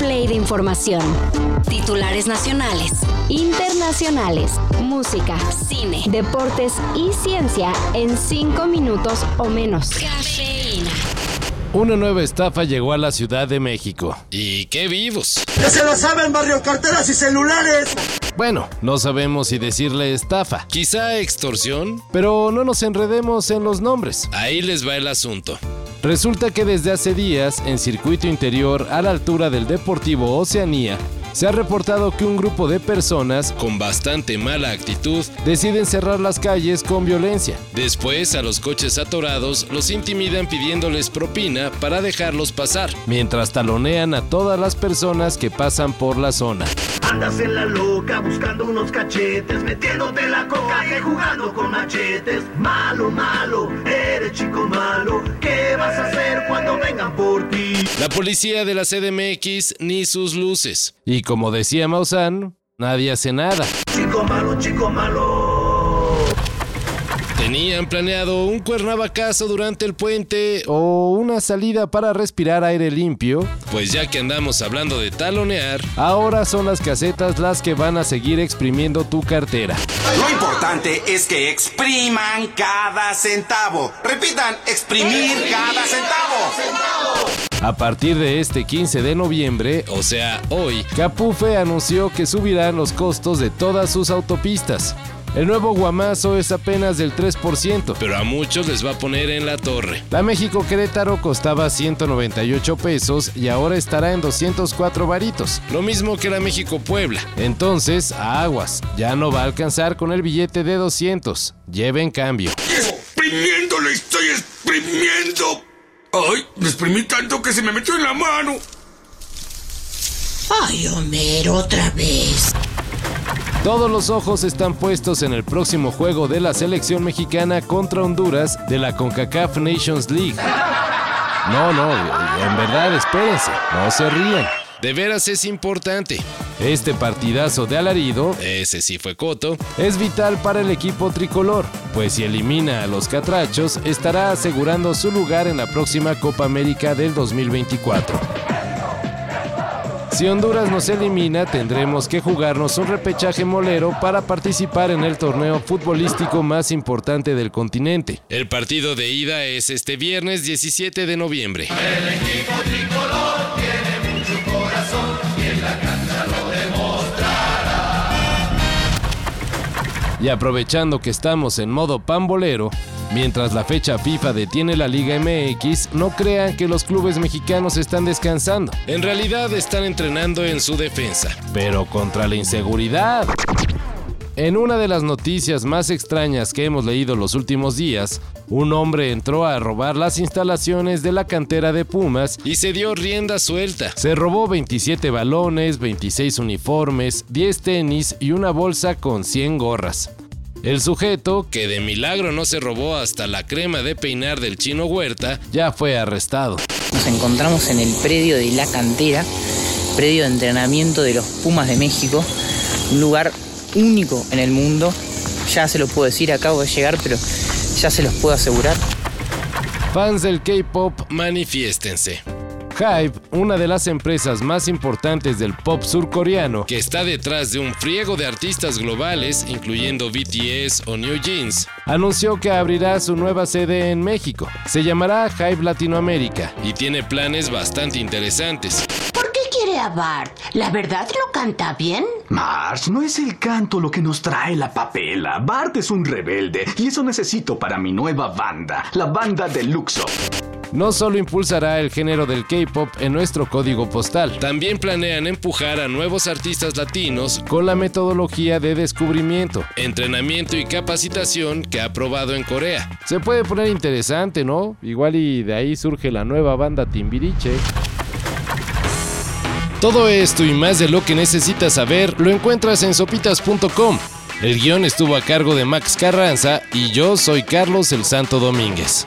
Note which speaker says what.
Speaker 1: rey de información. Titulares nacionales, internacionales, música, cine, deportes y ciencia en cinco minutos o menos. Cafeína.
Speaker 2: Una nueva estafa llegó a la Ciudad de México. ¡Y qué vivos!
Speaker 3: ¡Que se la saben, barrio carteras y celulares!
Speaker 2: Bueno, no sabemos si decirle estafa, quizá extorsión, pero no nos enredemos en los nombres. Ahí les va el asunto. Resulta que desde hace días, en circuito interior a la altura del Deportivo Oceanía, se ha reportado que un grupo de personas con bastante mala actitud deciden cerrar las calles con violencia. Después a los coches atorados los intimidan pidiéndoles propina para dejarlos pasar, mientras talonean a todas las personas que pasan por la zona.
Speaker 4: Andas en la loca buscando unos cachetes, metiéndote la coca y jugando con machetes. Malo, malo, eres chico malo. ¿Qué vas a hacer cuando vengan por ti?
Speaker 2: La policía de la CDMX ni sus luces. Y como decía Maussan, nadie hace nada.
Speaker 4: Chico malo, chico malo.
Speaker 2: Tenían planeado un cuernavacazo durante el puente o una salida para respirar aire limpio. Pues ya que andamos hablando de talonear, ahora son las casetas las que van a seguir exprimiendo tu cartera.
Speaker 5: Lo importante es que expriman cada centavo. Repitan, exprimir cada centavo.
Speaker 2: A partir de este 15 de noviembre, o sea, hoy, Capufe anunció que subirán los costos de todas sus autopistas. El nuevo guamazo es apenas del 3%, pero a muchos les va a poner en la torre. La México Querétaro costaba 198 pesos y ahora estará en 204 varitos, lo mismo que la México Puebla. Entonces, a aguas, ya no va a alcanzar con el billete de 200. Lleven cambio.
Speaker 6: Exprimiéndole, estoy exprimiendo. Ay, me exprimí tanto que se me metió en la mano.
Speaker 7: Ay, Homero, otra vez.
Speaker 2: Todos los ojos están puestos en el próximo juego de la selección mexicana contra Honduras de la CONCACAF Nations League. No, no, en verdad espérense, no se rían. De veras es importante. Este partidazo de alarido, ese sí fue Coto, es vital para el equipo tricolor, pues si elimina a los catrachos, estará asegurando su lugar en la próxima Copa América del 2024. Si Honduras nos elimina, tendremos que jugarnos un repechaje molero para participar en el torneo futbolístico más importante del continente. El partido de ida es este viernes 17 de noviembre.
Speaker 8: El equipo tricolor tiene mucho corazón y en la cancha lo demostrará.
Speaker 2: Y aprovechando que estamos en modo pambolero, Mientras la fecha FIFA detiene la Liga MX, no crean que los clubes mexicanos están descansando. En realidad están entrenando en su defensa, pero contra la inseguridad. En una de las noticias más extrañas que hemos leído los últimos días, un hombre entró a robar las instalaciones de la cantera de Pumas y se dio rienda suelta. Se robó 27 balones, 26 uniformes, 10 tenis y una bolsa con 100 gorras. El sujeto, que de milagro no se robó hasta la crema de peinar del chino Huerta, ya fue arrestado.
Speaker 9: Nos encontramos en el predio de La Cantera, predio de entrenamiento de los Pumas de México, un lugar único en el mundo. Ya se lo puedo decir, acabo de llegar, pero ya se los puedo asegurar.
Speaker 2: Fans del K-Pop, manifiéstense. Hype, una de las empresas más importantes del pop surcoreano, que está detrás de un friego de artistas globales, incluyendo BTS o New Jeans, anunció que abrirá su nueva sede en México. Se llamará Hype Latinoamérica y tiene planes bastante interesantes.
Speaker 10: ¿Por qué quiere a Bart? ¿La verdad lo canta bien?
Speaker 11: Mars, no es el canto lo que nos trae la papela. Bart es un rebelde y eso necesito para mi nueva banda, la banda de Luxo
Speaker 2: no solo impulsará el género del K-pop en nuestro código postal, también planean empujar a nuevos artistas latinos con la metodología de descubrimiento, entrenamiento y capacitación que ha probado en Corea. Se puede poner interesante, ¿no? Igual y de ahí surge la nueva banda Timbiriche. Todo esto y más de lo que necesitas saber lo encuentras en sopitas.com. El guión estuvo a cargo de Max Carranza y yo soy Carlos el Santo Domínguez.